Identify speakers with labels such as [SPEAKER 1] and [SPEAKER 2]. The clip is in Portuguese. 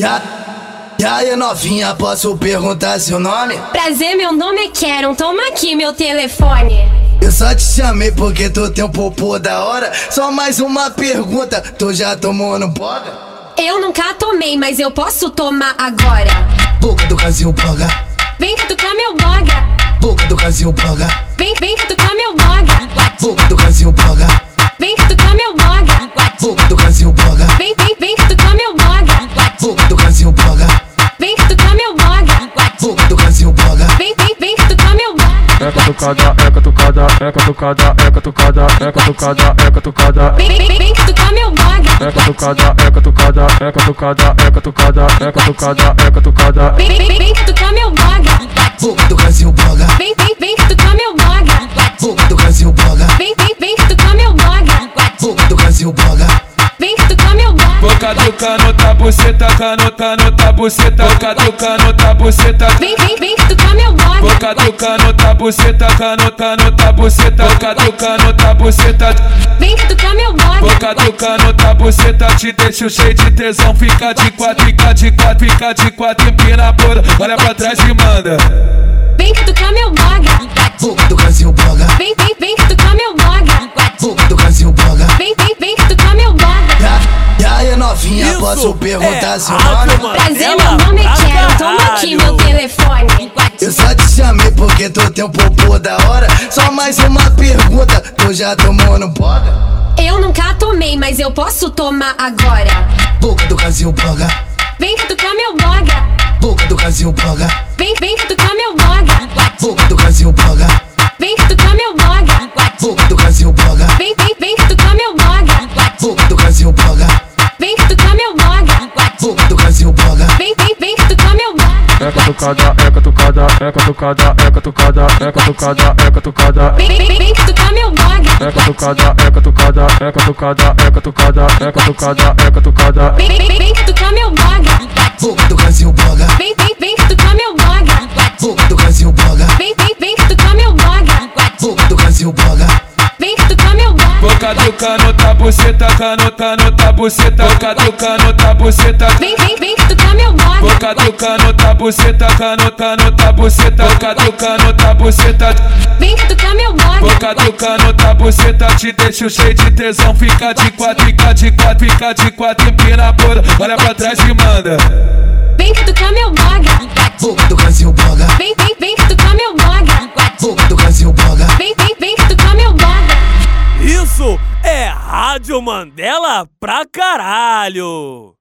[SPEAKER 1] E a- e aí, novinha, posso perguntar seu nome?
[SPEAKER 2] Prazer, meu nome é Keron. Toma aqui meu telefone.
[SPEAKER 1] Eu só te chamei porque tu tem um popô da hora. Só mais uma pergunta: tu já tomou no boga?
[SPEAKER 2] Eu nunca tomei, mas eu posso tomar agora.
[SPEAKER 1] Boca do casil boga,
[SPEAKER 2] Vem cutucar meu boga.
[SPEAKER 1] boca do casil boga,
[SPEAKER 2] Vem, vem cutucar meu boga.
[SPEAKER 1] boca do casil boga,
[SPEAKER 2] Vem cutucar meu boga.
[SPEAKER 1] boca do casil boga,
[SPEAKER 2] Vem, vem, vem cutucar meu boga.
[SPEAKER 1] boca do casil boga,
[SPEAKER 2] Vem cutucar meu boga.
[SPEAKER 1] boca do casil boga.
[SPEAKER 2] Vem, vem, vem cutucar meu boga.
[SPEAKER 3] Eca tocada, eca tocada, eca tocada, eca tocada, eca tocada, eca tocada.
[SPEAKER 2] Vem, vem, vem cutucar meu boga.
[SPEAKER 3] Eca tocada, eca tocada, eca tocada, eca tocada, eca tocada, eca tocada.
[SPEAKER 2] Vem, vem, vem cutucar meu boga.
[SPEAKER 1] Boca do casil boga,
[SPEAKER 2] Vem, vem, vem cutucar meu boga.
[SPEAKER 1] boca do casil boga,
[SPEAKER 2] Vem, vem, vem cutucar meu boga.
[SPEAKER 1] boca do casil boga,
[SPEAKER 2] Vem cutucar meu boga.
[SPEAKER 4] Boca do canota, buceta, canota, nota, buceta, boca do canota, buceta.
[SPEAKER 2] Vem, vem, vem cutucar meu boga.
[SPEAKER 4] Boca do canota, buceta, canota, nota, buceta, boca do canota, buceta.
[SPEAKER 2] Vem cutucar meu boga.
[SPEAKER 4] Boca do canota, buceta, te deixo cheio de tesão. Fica de quatro, fica de quatro, fica de quatro, empina a bunda. Olha pra trás e manda.
[SPEAKER 2] Vem cutucar meu boga.
[SPEAKER 1] boca do casil boga,
[SPEAKER 2] Vem, vem, vem cutucar meu boga.
[SPEAKER 1] boca do casil boga.
[SPEAKER 2] Vem, vem, vem cutucar meu boga.
[SPEAKER 1] E aí, novinha, posso perguntar seu nome?
[SPEAKER 2] Prazer, meu nome é Kero. Toma aqui meu telefone.
[SPEAKER 1] Eu só te chamei porque tu tem um popô da hora. Só mais uma pergunta: tu já tomou no boga?
[SPEAKER 2] Eu nunca tomei, mas eu posso tomar agora.
[SPEAKER 1] Boca do casil boga,
[SPEAKER 2] Vem cutucar meu boga.
[SPEAKER 1] boca do casil boga,
[SPEAKER 2] Vem, vem cutucar meu boga.
[SPEAKER 1] boca do casil boga,
[SPEAKER 2] Vem cutucar meu boga.
[SPEAKER 1] boca do casil boga,
[SPEAKER 2] Vem, vem, vem cutucar meu boga.
[SPEAKER 1] boca do casil boga,
[SPEAKER 2] Vem cutucar meu boga.
[SPEAKER 1] boca do casil boga.
[SPEAKER 2] Vem, vem, vem cutucar meu boga.
[SPEAKER 3] Eca tocada, eca tocada, eca tocada, eca tocada, eca tocada, eca tocada.
[SPEAKER 2] Vem, vem, vem cutucar meu boga.
[SPEAKER 3] Eca tocada, eca tocada, eca tocada, eca tocada, eca tocada, eca tocada.
[SPEAKER 2] Vem, vem, vem cutucar meu boga.
[SPEAKER 1] Boca do casil boga,
[SPEAKER 2] Vem, vem, vem cutucar meu boga.
[SPEAKER 1] boca do casil boga,
[SPEAKER 2] Vem, vem, vem cutucar meu boga.
[SPEAKER 1] boca do casil boga,
[SPEAKER 2] Vem cutucar meu boga.
[SPEAKER 4] Boca do canota, buceta, canota, nota, buceta, boca do canota, buceta.
[SPEAKER 2] Vem, vem, vem cutucar meu boga.
[SPEAKER 4] Boca do canota, buceta, canota, nota, buceta, boca do canota, buceta.
[SPEAKER 2] Vem cutucar meu boga.
[SPEAKER 4] Boca do canota, buceta, te deixo cheio de tesão. Fica de quatro, fica de quatro, fica de quatro, empina a bunda. Olha pra trás e manda.
[SPEAKER 2] Vem cutucar meu boga.
[SPEAKER 1] boca do casil boga,
[SPEAKER 2] Vem, vem, vem cutucar meu boga.
[SPEAKER 1] boca do casil boga.
[SPEAKER 2] Vem, vem, vem cutucar meu boga.
[SPEAKER 5] Isso é Rádio Mandela pra caralho!